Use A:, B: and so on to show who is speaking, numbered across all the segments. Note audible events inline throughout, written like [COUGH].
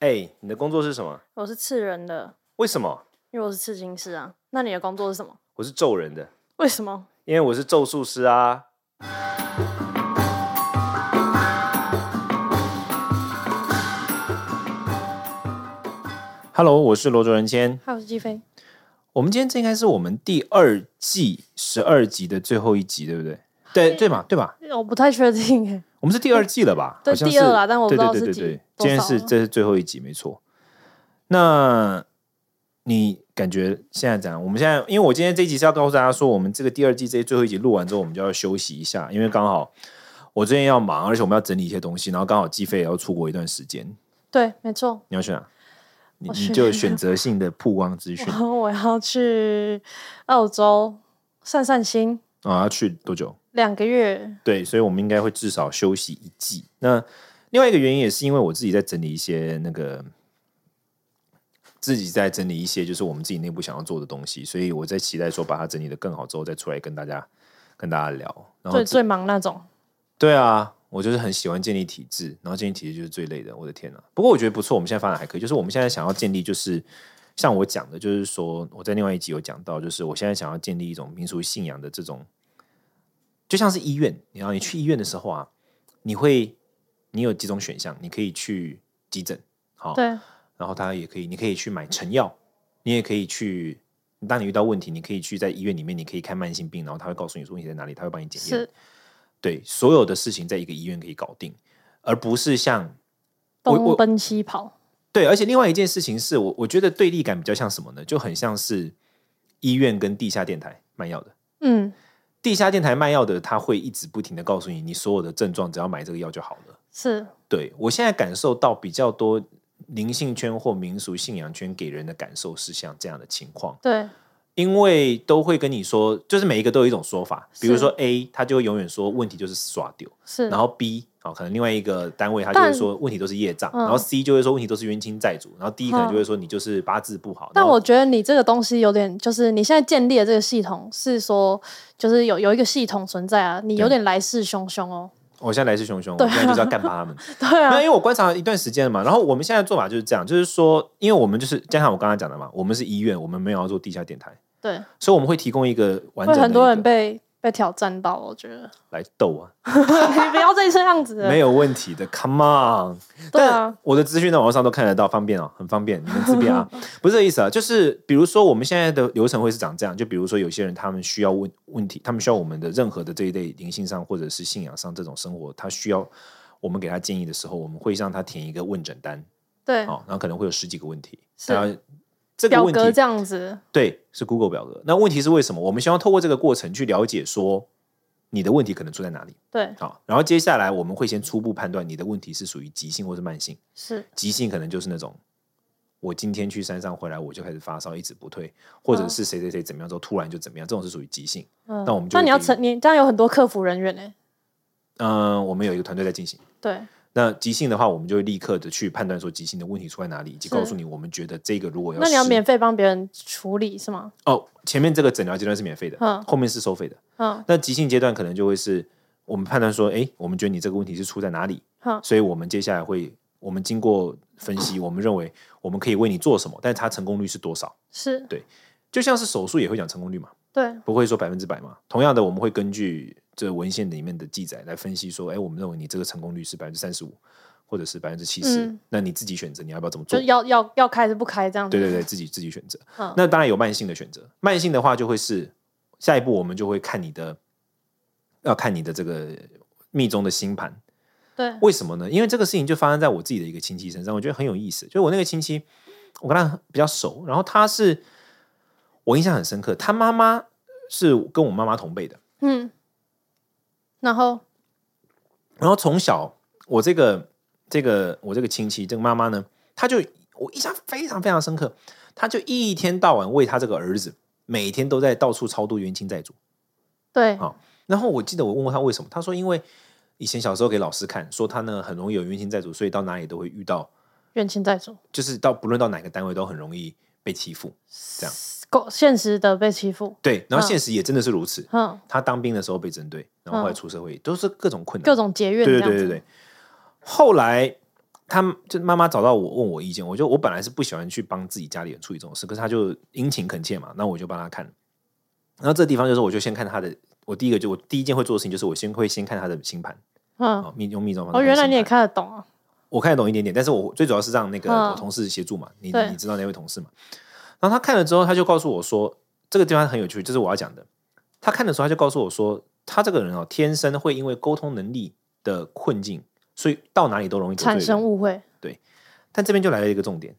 A: 哎、你的工作是什么？
B: 我是刺人的，
A: 为什么？
B: 因为我是刺青师啊。那你的工作是什么？
A: 我是咒人的，
B: 为什么？
A: 因为我是咒术师啊。Hello，我是罗卓仁谦。
B: 还有是鸡飞，
A: 我们今天这应该是我们第二季十二集的最后一集，对不对？对对嘛，对吧？
B: 呃我不太确定耶。
A: 我们是第二季了吧？
B: 对
A: 好像是
B: 第二啦但我不
A: 对
B: 知道
A: 对对
B: 是
A: 对对
B: 几，多
A: 今天
B: 少
A: 是
B: 了
A: 这是最后一集，没错。那你感觉现在怎样？我们现在，因为我今天这一集是要告诉大家说，我们这个第二季这最后一集录完之后，我们就要休息一下，因为刚好我最近要忙，而且我们要整理一些东西，然后刚好季费也要出国一段时间，
B: 对，没错，
A: 你要去哪？你
B: 我
A: 你
B: 去
A: 就选择性的曝光资讯
B: 然后我要去澳洲散散心，
A: 啊，要去多久？
B: 两个月。
A: 对，所以我们应该会至少休息一季。那另外一个原因也是因为我自己在整理一些那个，自己在整理一些就是我们自己内部想要做的东西，所以我在期待说把它整理的更好之后再出来跟大家跟大家聊。然后
B: 最最忙那种，
A: 对啊，我就是很喜欢建立体制，然后建立体制就是最累的，我的天呐！不过我觉得不错，我们现在发展还可以，就是我们现在想要建立，就是像我讲的，就是说我在另外一集有讲到，就是我现在想要建立一种民俗信仰的这种，就像是医院，你知道，你去医院的时候啊，你会你有几种选项，你可以去急诊，好，
B: 对，
A: 然后它也可以，你可以去买成药，你也可以去。当你遇到问题，你可以去在医院里面，你可以看慢性病，然后他会告诉你说问题在哪里，他会帮你检验。
B: 是
A: 对，所有的事情在一个医院可以搞定，而不是像我我
B: 东奔西跑，
A: 对。而且另外一件事情是我我觉得对立感比较像什么呢？就很像是医院跟地下电台卖药的。
B: 嗯，
A: 地下电台卖药的，他会一直不停的告诉你，你所有的症状只要买这个药就好了。
B: 是
A: 对我现在感受到比较多灵性圈或民俗信仰圈给人的感受是像这样的情况。
B: 对，
A: 因为都会跟你说，就是每一个都有一种说法，比如
B: 是
A: 说 A，他就会永远说问题就是耍丢，
B: 是，
A: 然后 B 啊、哦，可能另外一个单位他就
B: 但
A: 会说问题都是业障，
B: 嗯
A: 然后 C 就会说问题都是冤亲债主，然后 D 可能
B: 嗯
A: 就会说你就是八字不好。
B: 但
A: 然后
B: 我觉得你这个东西有点，就是你现在建立的这个系统是说，就是有有一个系统存在啊，你有
A: 对
B: 点来势汹汹哦。
A: 我现在来势汹汹，
B: 对啊
A: 我现在就是要干趴他们。
B: [LAUGHS] 对
A: 没有，
B: 啊，
A: 因为我观察一段时间了嘛，然后我们现在做法就是这样，就是说，因为我们就是加上我刚才讲的嘛，我们是医院，我们没有要做地下电台，
B: 对，
A: 所以我们会提供一个完
B: 会
A: 整的
B: 很多人
A: 一个
B: 被被挑战到，我觉得
A: 来逗啊，
B: 你不要这这样子。
A: 没
B: 有，
A: 有问题的，Come on。
B: 对啊，
A: 我的资讯在网络上都看得到，方便哦， [LAUGHS] 很方便，你们自便
B: [LAUGHS]
A: 啊。不是这个意思啊，就是比如说我们现在的流程会是长这样，就比如说有些人他们需要问问题，他们需要我们的任何的这一类灵性上或者是信仰上这种生活，他需要我们给他建议的时候，我们会让他填一个问诊单，
B: 对，
A: 好、然后可能会有十几个问题，
B: 是
A: 然后这个
B: 表
A: 问
B: 格
A: 题
B: 这样子，
A: 对是 Google 表格。那问题是为什么？我们希望透过这个过程去了解说你的问题可能出在哪里。
B: 对，
A: 好，然后接下来我们会先初步判断你的问题是属于急性或是慢性。
B: 是，
A: 急性可能就是那种，我今天去山上回来我就开始发烧，一直不退，或者是谁谁谁怎么样之后突然就怎么样，这种是属于急性。
B: 嗯。
A: 那我们就
B: 那你要
A: 给
B: 成，你这样有很多客服人员呢。
A: 嗯、我们有一个团队在进行。
B: 对，
A: 那急性的话，我们就会立刻的去判断说急性的问题出在哪里，以及告诉你我们觉得这个如果要
B: 那你要
A: 是
B: 免费帮别人处理是吗？
A: 哦，前面这个诊疗阶段是免费的，
B: 嗯
A: 后面是收费的。
B: 嗯，
A: 那急性阶段可能就会是我们判断说，哎，我们觉得你这个问题是出在哪里，
B: 好，
A: 所以我们接下来会，我们经过分析，我们认为我们可以为你做什么，但是它成功率是多少？
B: 是，
A: 就像是手术也会讲成功率嘛，
B: 对，
A: 不会说百分之百嘛。同样的，我们会根据这文献里面的记载来分析说，哎，我们认为你这个成功率是百分之三十五，或者是百分之七十
B: 嗯，
A: 那你自己选择你要不要这么
B: 就
A: 做
B: 是。要要要开还是不开这样子。
A: 对对对，自己自己选择。
B: 嗯
A: 那当然有慢性的选择，慢性的话就会是下一步我们就会看你的，要看你的这个密宗的星盘，
B: 对，
A: 为什么呢？因为这个事情就发生在我自己的一个亲戚身上，我觉得很有意思。就我那个亲戚，我跟他比较熟，然后他是我印象很深刻，他妈妈是跟我妈妈同辈的，
B: 嗯，然后
A: 然后从小我这个这个我这个亲戚这个妈妈呢，她就我印象非常非常深刻，她就一天到晚为她这个儿子每天都在到处超度冤亲债主。
B: 对
A: 好，然后我记得我问过他为什么，他说因为以前小时候给老师看，说他呢很容易有冤亲债主，所以到哪里都会遇到。
B: 冤亲债主，
A: 就是到不论到哪个单位都很容易被欺负。
B: 狗现实的被欺负，
A: 对，然后
B: 嗯
A: 现实也真的是如此。
B: 嗯，
A: 他当兵的时候被针对，然后后来出社会、都是各种困难，
B: 各种结怨
A: 对对
B: 这样
A: 对对
B: 子。
A: 对。后来他就妈妈找到我问我意见，我就我本来是不喜欢去帮自己家里人处理这种事，可是他就殷勤恳切嘛，那我就帮他看。然后这地方就是，我就先看他的，我第一个就我第一件会做的事情就是我先会先看他的星盘
B: 嗯，
A: 啊，密用密宗方式
B: 哦，原来你也
A: 星盘
B: 看得懂啊，
A: 我看得懂一点点，但是我最主要是让那个
B: 嗯
A: 我同事协助嘛，你
B: 对
A: 你知道那位同事嘛。然后他看了之后，他就告诉我说，这个地方很有趣，这是我要讲的。他看的时候，他就告诉我说，他这个人哦，天生会因为沟通能力的困境，所以到哪里都容易得罪
B: 产
A: 人
B: 生误会，
A: 但这边就来了一个重点，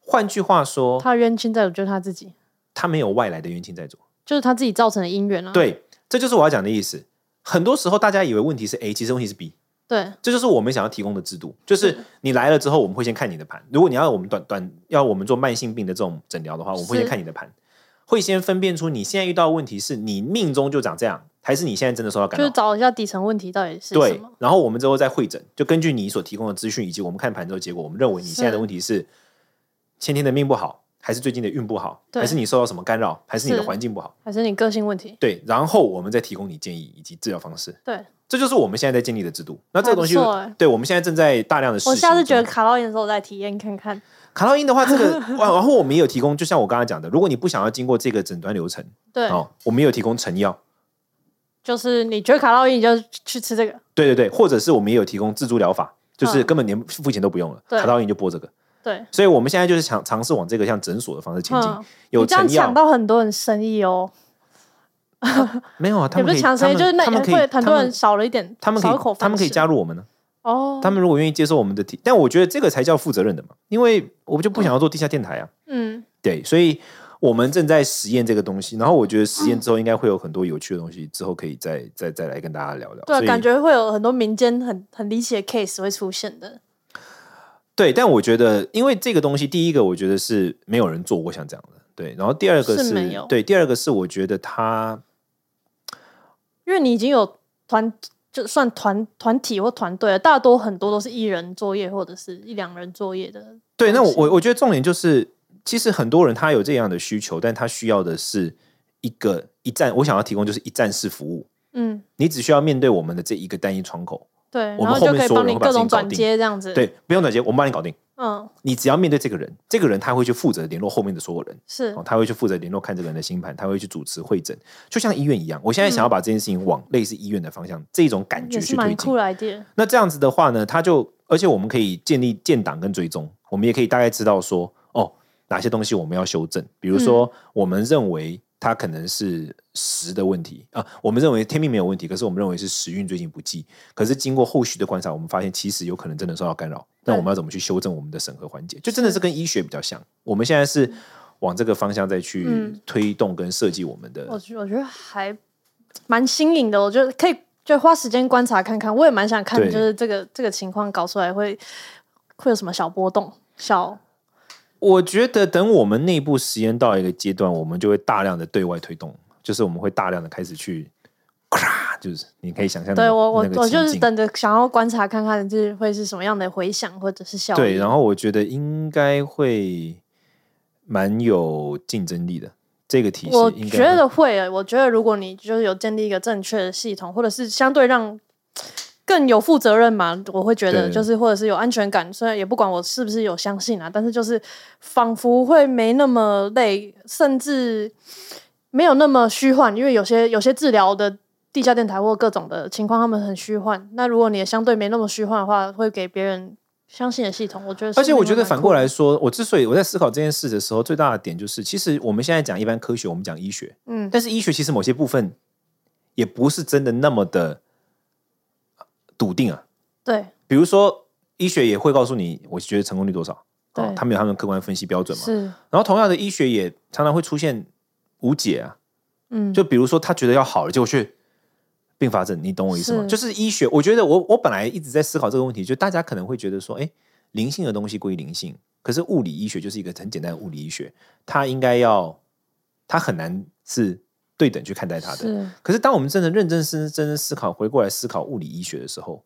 A: 换句话说，
B: 他的冤亲债主就是他自己，
A: 他没有外来的冤亲债主。
B: 就是他自己造成的因缘啊。
A: 对，这就是我要讲的意思。很多时候大家以为问题是 A，其实问题是 B。
B: 对，
A: 这就是我们想要提供的制度，就是你来了之后，我们会先看你的盘。如果你要我们短短要我们做慢性病的这种诊疗的话，我们会先
B: 是
A: 看你的盘，会先分辨出你现在遇到的问题是你命中就长这样，还是你现在真的受到干
B: 就是
A: 扰。
B: 找一下底层问题到底是什
A: 对
B: 么。，
A: 然后我们之后再会诊，就根据你所提供的资讯以及我们看盘之后结果，我们认为你现在的
B: 是
A: 问题是先天的命不好，还是最近的运不好，
B: 对
A: 还是你受到什么干扰，还是你的
B: 是
A: 环境不好？
B: 还是你个性问题？
A: 对，然后我们再提供你建议以及治疗方式。
B: 对
A: 这就是我们现在在建立的制度。那这个东西
B: 还不错欸，
A: 对我们现在正在大量的实
B: 我
A: 行中。
B: 下次觉得卡到音的时候，我再体验看看。
A: 卡洛因的话，这
B: [LAUGHS]
A: 个哇然后我们也有提供，就像我刚刚讲的，如果你不想要经过这个诊断流程，
B: 对，
A: 哦，我们也有提供成药，
B: 就是你觉得卡到音，你就去吃这个。
A: 对对对，或者是我们也有提供自助疗法，就是
B: 嗯
A: 根本连付钱都不用了，
B: 对
A: 卡洛因就播这个。
B: 对，
A: 所以我们现在就是尝尝试往这个像诊所的方式前进，
B: 嗯
A: 有哦
B: 你这样
A: 成
B: 抢
A: 药
B: 到很多人生意哦，
A: 没有啊？他
B: 也
A: 们可
B: 不是
A: 以，
B: 抢
A: 他
B: 生意，
A: 们
B: 就是那
A: 他们可以
B: 会很多人
A: 他们
B: 少了一点，
A: 他们可
B: 少一
A: 以
B: 口
A: 他
B: 饭
A: 们可以
B: 吃
A: 加入我们呢、
B: 哦，
A: 他们如果愿意接受我们的提，但我觉得这个才叫负责任的嘛，因为我就不想要做地下电台啊。
B: 嗯，
A: 对，所以我们正在实验这个东西，然后我觉得实验之后应该会有很多有趣的东西，之后可以再再再来跟大家聊聊。
B: 对啊，
A: 所以
B: 感觉会有很多民间很很离奇的 case 会出现的。
A: 对，但我觉得因为这个东西，第一个我觉得是没有人做过像这样的，对，然后第二个
B: 是
A: 是
B: 没有
A: 对，第二个是我觉得它
B: 因为你已经有团，就算团团体或团队了，大多很多都是一人作业或者是一两人作业的。
A: 对，那我
B: 东西
A: 我我觉得重点就是，其实很多人他有这样的需求，但他需要的是一个一站，我想要提供就是一站式服务。
B: 嗯，
A: 你只需要面对我们的这一个单一窗口，
B: 对，
A: 我
B: 然
A: 们
B: 后
A: 后
B: 就
A: 面
B: 可以
A: 所有
B: 帮
A: 人
B: 你
A: 会把
B: 各
A: 事情搞
B: 种转
A: 定
B: 接这样子。，
A: 对，不用转接，我们帮你搞定。
B: 嗯，
A: 你只要面对这个人，这个人他会去负责联络后面的所有人，
B: 是
A: 哦，他会去负责联络看这个人的星盘，他会去主持会诊，就像医院一样。我现在想要把这件事情往类似医院的方向，这种感觉
B: 嗯也是
A: 去
B: 蛮
A: 推进
B: 酷。的 idea。
A: 那这样子的话呢，他就而且我们可以建立建档跟追踪，我们也可以大概知道说，哦，哪些东西我们要修正。比如说，
B: 嗯
A: 我们认为它可能是食的问题啊、我们认为天命没有问题，可是我们认为是时运最近不济。可是经过后续的观察，我们发现其实有可能真的受到干扰。那
B: 对
A: 我们要怎么去修正我们的审核环节？就真的是跟医学比较像。我们现在是往这个方向再去
B: 嗯
A: 推动跟设计我们的。
B: 我觉我觉得还蛮新颖的，我觉得可以就花时间观察看看。我也蛮想看，
A: 对
B: 就是这个这个情况搞出来会会有什么小波动，小
A: 我觉得等我们内部实验到一个阶段，我们就会大量的对外推动，就是我们会大量的开始去，咔，就是你可以想象那个、
B: 对我我
A: 嗯那个
B: 我就
A: 情
B: 是
A: 境
B: 等着想要观察看看，就是会是什么样的回响或者是效
A: 对，
B: 应。
A: 然后我觉得应该会蛮有竞争力的这个体系
B: 我
A: 应该会，
B: 觉得会欸，我觉得如果你就是有建立一个正确的系统，或者是相对让更有负责任嘛，我会觉得
A: 对
B: 就是或者是有安全感。虽然也不管我是不是有相信啊，但是就是仿佛会没那么累，甚至没有那么虚幻，因为有些有些治疗的。地下电台或各种的情况，他们很虚幻。那如果你也相对没那么虚幻的话，会给别人相信的系统，我觉得是
A: 而且我觉得
B: 蛮
A: 反
B: 酷
A: 过
B: 的
A: 来，说，我之所以我在思考这件事的时候，最大的点就是，其实我们现在讲一般科学，我们讲医学，
B: 嗯，
A: 但是医学其实某些部分也不是真的那么的笃定啊。
B: 对，
A: 比如说医学也会告诉你，我觉得成功率多少，哦
B: 对，
A: 他们有他们的客观分析标准嘛。
B: 是，
A: 然后同样的，医学也常常会出现无解啊，
B: 嗯，
A: 就比如说他觉得要好了，结果却并发症，你懂我意思吗？
B: 是
A: 就是医学，我觉得我我本来一直在思考这个问题，就大家可能会觉得说，哎，灵性的东西归灵性，可是物理医学就是一个很简单的物理医学，它应该要，它很难是对等去看待它的。
B: 是
A: 可是当我们真的认真思、真正思考，回过来思考物理医学的时候，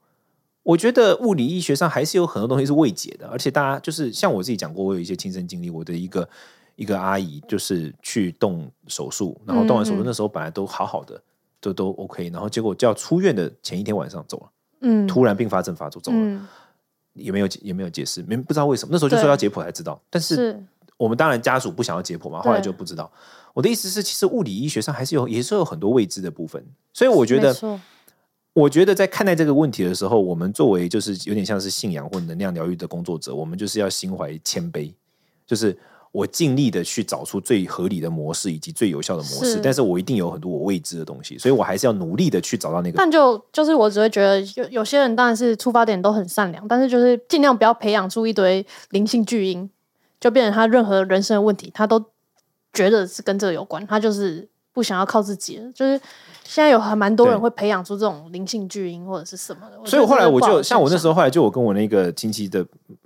A: 我觉得物理医学上还是有很多东西是未解的。而且大家就是像我自己讲过，我有一些亲身经历，我的一个一个阿姨就是去动手术，然后动完手术
B: 嗯嗯
A: 那时候本来都好好的，都都 OK，然后结果就要出院的前一天晚上走了，
B: 嗯，
A: 突然并发症发作走了。
B: 嗯
A: 也没有也没有解释，没不知道为什么那时候就说
B: 对
A: 要解剖才知道，但是
B: 是
A: 我们当然家属不想要解剖嘛，后来
B: 对
A: 就不知道。我的意思是，其实物理医学上还是有也是有很多未知的部分，所以我觉
B: 没
A: 得，
B: 错
A: 我觉得在看待这个问题的时候，我们作为就是有点像是信仰或能量疗愈的工作者，我们就是要心怀谦卑，就是我尽力的去找出最合理的模式以及最有效的模式，
B: 是
A: 但是我一定有很多我未知的东西，所以我还是要努力的去找到那个。
B: 但就就是我只会觉得有有些人当然是出发点都很善良，但是就是尽量不要培养出一堆灵性巨婴，就变成他任何人生的问题，他都觉得是跟这个有关，他就是不想要靠自己了。就是现在有还蛮多人
A: 对
B: 会培养出这种灵性巨婴或者是什么的，
A: 所以我后来我就像我那时
B: 候
A: 候后来就我跟我那个亲戚的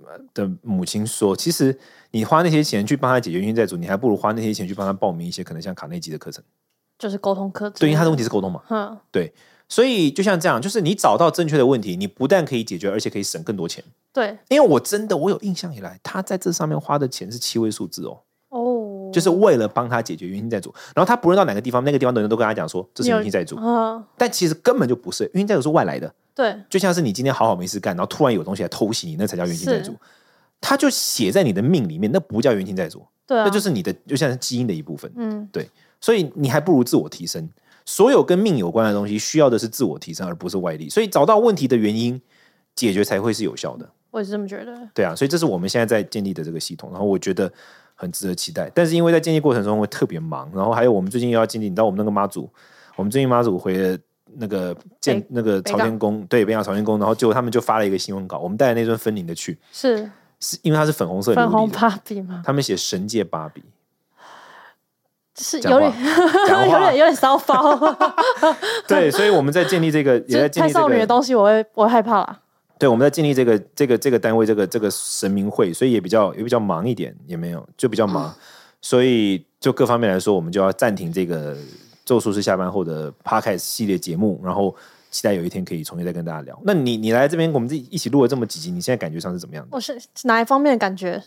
A: 呃的母亲说，其实你花那些钱去帮他解决冤债主，你还不如花那些钱去帮他报名一些可能像卡内基的课程，
B: 就是沟通课，
A: 对，因为他的问题是沟通嘛。
B: 嗯，
A: 所以就像这样，就是你找到正确的问题，你不但可以解决，而且可以省更多钱。
B: 对
A: 因为我真的我有印象以来，他在这上面花的钱是七位数字哦，
B: 哦，
A: 就是为了帮他解决冤亲债主。然后他不论到哪个地方，那个地方的人都跟他讲说这是冤亲债主，
B: 嗯，
A: 但其实根本就不是，冤亲债主是外来的，
B: 对
A: 就像是你今天好好没事干，然后突然有东西来偷袭你，那才叫冤亲债主
B: 是。
A: 他就写在你的命里面，那不叫冤亲债主，
B: 对啊，
A: 那就是你的就像是基因的一部分。
B: 嗯，
A: 所以你还不如自我提升。所有跟命有关的东西，需要的是自我提升，而不是外力。所以找到问题的原因，解决才会是有效的。
B: 我也是这么觉得，
A: 对啊，所以这是我们现在在建立的这个系统，然后我觉得很值得期待。但是因为在建立过程中会特别忙，然后还有我们最近又要建立，你知道我们那个妈祖，我们最近妈祖回了那个建
B: 北
A: 那个朝天宫，对，北港朝天宫，然后结果他们就发了一个新闻稿，我们带了那尊分灵的去，
B: 是
A: 是因为它是粉红色琉
B: 粉红
A: 璃的，
B: 芭比吗？
A: 他们写神界芭比，
B: 是
A: 讲
B: 有点
A: 话 [LAUGHS] 讲
B: [LAUGHS] 有
A: 话
B: 点有点骚包。
A: 对，所以我们在建立这个， [LAUGHS] 也
B: 就是
A: 在建
B: 太 [LAUGHS]
A: 立这
B: 少女的
A: 个
B: 东西，我会我会害怕啦。
A: 对，我们在建立这个这个这个单位这个这个神明会，所以也比较也比较忙一点，也没有就比较
B: 嗯
A: 忙，所以就各方面来说，我们就要暂停这个《咒术师》下班后的 podcast 系列节目，然后期待有一天可以重新再跟大家聊。那你你来这边，我们自己一起录了这么几集，你现在感觉上是怎么样的？
B: 我是是哪一方面的感觉？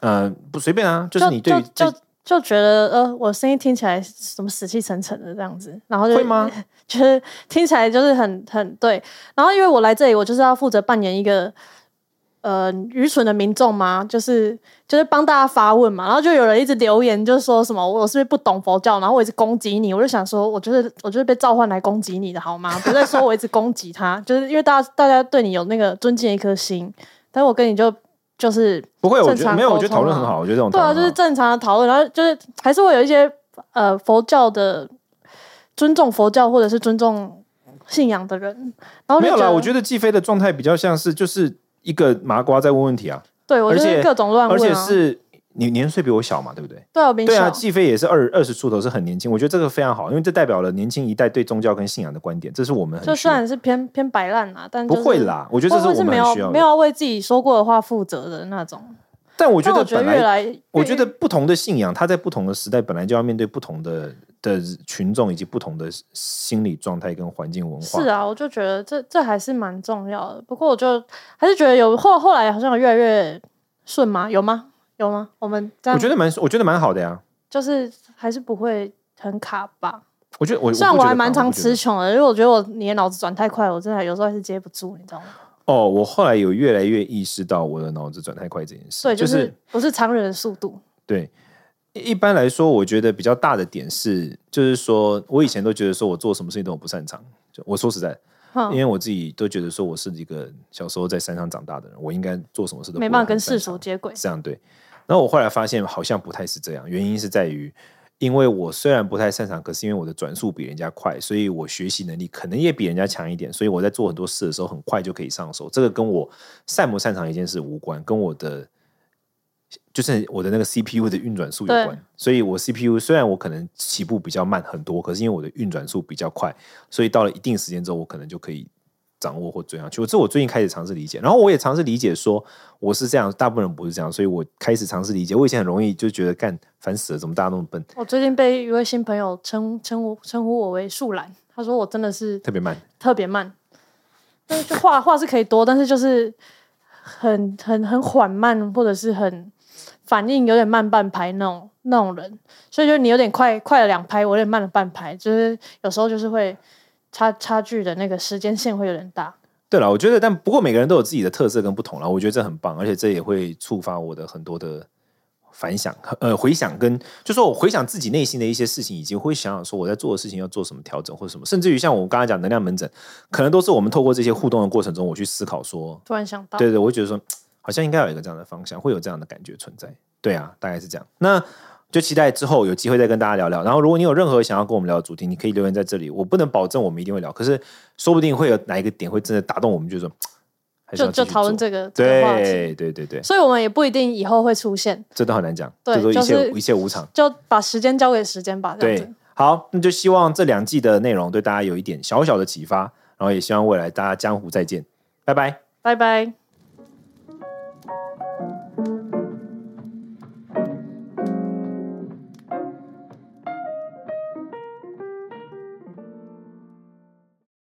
A: 呃，不随便啊，就是
B: 就
A: 你对于
B: 就
A: 这
B: 就就觉得呃，我声音听起来什么死气沉沉的这样子，然后就
A: 会吗？
B: 就是听起来就是很很对。然后因为我来这里，我就是要负责扮演一个呃愚蠢的民众嘛，就是就是帮大家发问嘛。然后就有人一直留言，就说什么我是不是不懂佛教，然后我一直攻击你。我就想说，我就是我就是被召唤来攻击你的好吗？不是说我一直攻击他， [LAUGHS] 就是因为大家大家对你有那个尊敬的一颗心，但我跟你就就是
A: 不会，我
B: 正
A: 觉得
B: 常
A: 没有，我
B: 沟
A: 觉得讨论
B: 通
A: 很
B: 啊
A: 好，我觉得这种
B: 对
A: 讨
B: 啊，
A: 论
B: 就
A: 很
B: 是
A: 好。
B: 正常的讨论，然后就是还是会有一些呃佛教的尊重佛教或者是尊重信仰的人，然后
A: 没有啦，我
B: 得
A: 觉得季飞的状态比较像是就是一个麻瓜在问问题啊，
B: 对我
A: 而
B: 就
A: 且
B: 是各种乱问、
A: 而
B: 啊，
A: 且是你年岁比我小嘛，对不对？
B: 对啊，我比你
A: 对啊，
B: 小，
A: 季飞也是二二十出头，是很年轻。我觉得这个非常好，因为这代表了年轻一代对宗教跟信仰的观点，这是我们
B: 就
A: 很需
B: 虽
A: 要。
B: 然是偏偏摆烂啦，但、就
A: 啊不
B: 是、
A: 会，啦，我
B: 就
A: 觉得这
B: 是
A: 我
B: 没
A: 们很需
B: 有
A: 要
B: 没
A: 的。
B: 有为自己说过的话负责的那种。
A: 但我
B: 我
A: 觉得
B: 我觉得
A: 本
B: 越
A: 来，
B: 来越，
A: 我觉得不同的信仰，它在不同的时代本来就要面对不同的的群众以及不同的心理状态跟环境文化
B: 是。啊，我就觉得这这还是蛮重要的。不过我就还是觉得有后后来好像有越来越顺嘛，有吗？有吗？我们这
A: 我
B: 样
A: 觉得蛮，我觉得蛮好的呀。
B: 就是还是不会很卡吧。
A: 我觉得我
B: 虽然
A: 我不
B: 我
A: 觉
B: 还
A: 得
B: 蛮
A: 吧
B: 常
A: 我不觉得
B: 词穷的，因为我觉得我你的脑子转太快，我真的有时候还是接不住，你知道吗？
A: 哦，我后来有越来越意识到我的脑子转太快这件事，
B: 对，就
A: 就是
B: 是不是常人的速度，
A: 对，一一般来说，我觉得比较大的点是，就是说我以前都觉得说我做什么事情都我不擅长。就我说实在，因
B: 哼，
A: 为我自己都觉得说我是一个小时候在山上长大的人，我应该做什么事都不
B: 没
A: 会
B: 办法跟
A: 很擅
B: 世俗
A: 长
B: 接轨。
A: 这样对。然后我后来发现好像不太是这样，原因是在于，因为我虽然不太擅长，可是因为我的转速比人家快，所以我学习能力可能也比人家强一点，所以我在做很多事的时候很快就可以上手。这个跟我擅不擅长一件事无关，跟我的就是我的那个 CPU 的运转速有
B: 对
A: 关。所以我 CPU 虽然我可能起步比较慢很多，可是因为我的运转速比较快，所以到了一定时间之后，我可能就可以掌握或追上去。我这我最近开始尝试理解，然后我也尝试理解说我是这样，大部分人不是这样，所以我开始尝试理解。我以前很容易就觉得干烦死了，怎么大家那么笨，
B: 我最近被一位新朋友称称呼称呼我为树懒，他说我真的是
A: 特别慢。
B: 特别慢，但是话话是可以多，但是就是很很很缓慢，或者是很反应有点慢半拍那种那种人，所以就你有点快快了两拍，我有点慢了半拍，就是有时候就是会差差距的那个时间线会有点大。
A: 对了，我觉得，但不过每个人都有自己的特色跟不同啦，我觉得这很棒，而且这也会触发我的很多的反响，呃，回想跟就说我回想自己内心的一些事情，以及会想想说我在做的事情要做什么调整或者什么，甚至于像我刚才讲能量门诊，可能都是我们透过这些互动的过程中，我去思考说，
B: 突然想到，
A: 对对，我会觉得说好像应该有一个这样的方向，会有这样的感觉存在。对啊，大概是这样。那就期待之后有机会再跟大家聊聊。然后，如果你有任何想要跟我们聊的主题，你可以留言在这里。我不能保证我们一定会聊，可是说不定会有哪一个点会真的打动我们，就是说还是
B: 就
A: 要继
B: 就
A: 续
B: 讨论
A: 做
B: 这个这个话题。
A: 对对对对，
B: 所以我们也不一定以后会出现，
A: 这都很难讲，
B: 对
A: 这都一
B: 就
A: 切、
B: 是
A: 一切无常。
B: 就把时间交给时间吧。这样
A: 对
B: 子，，
A: 好，那就希望这两季的内容对大家有一点小小的启发，然后也希望未来大家江湖再见，拜拜。
B: 拜拜。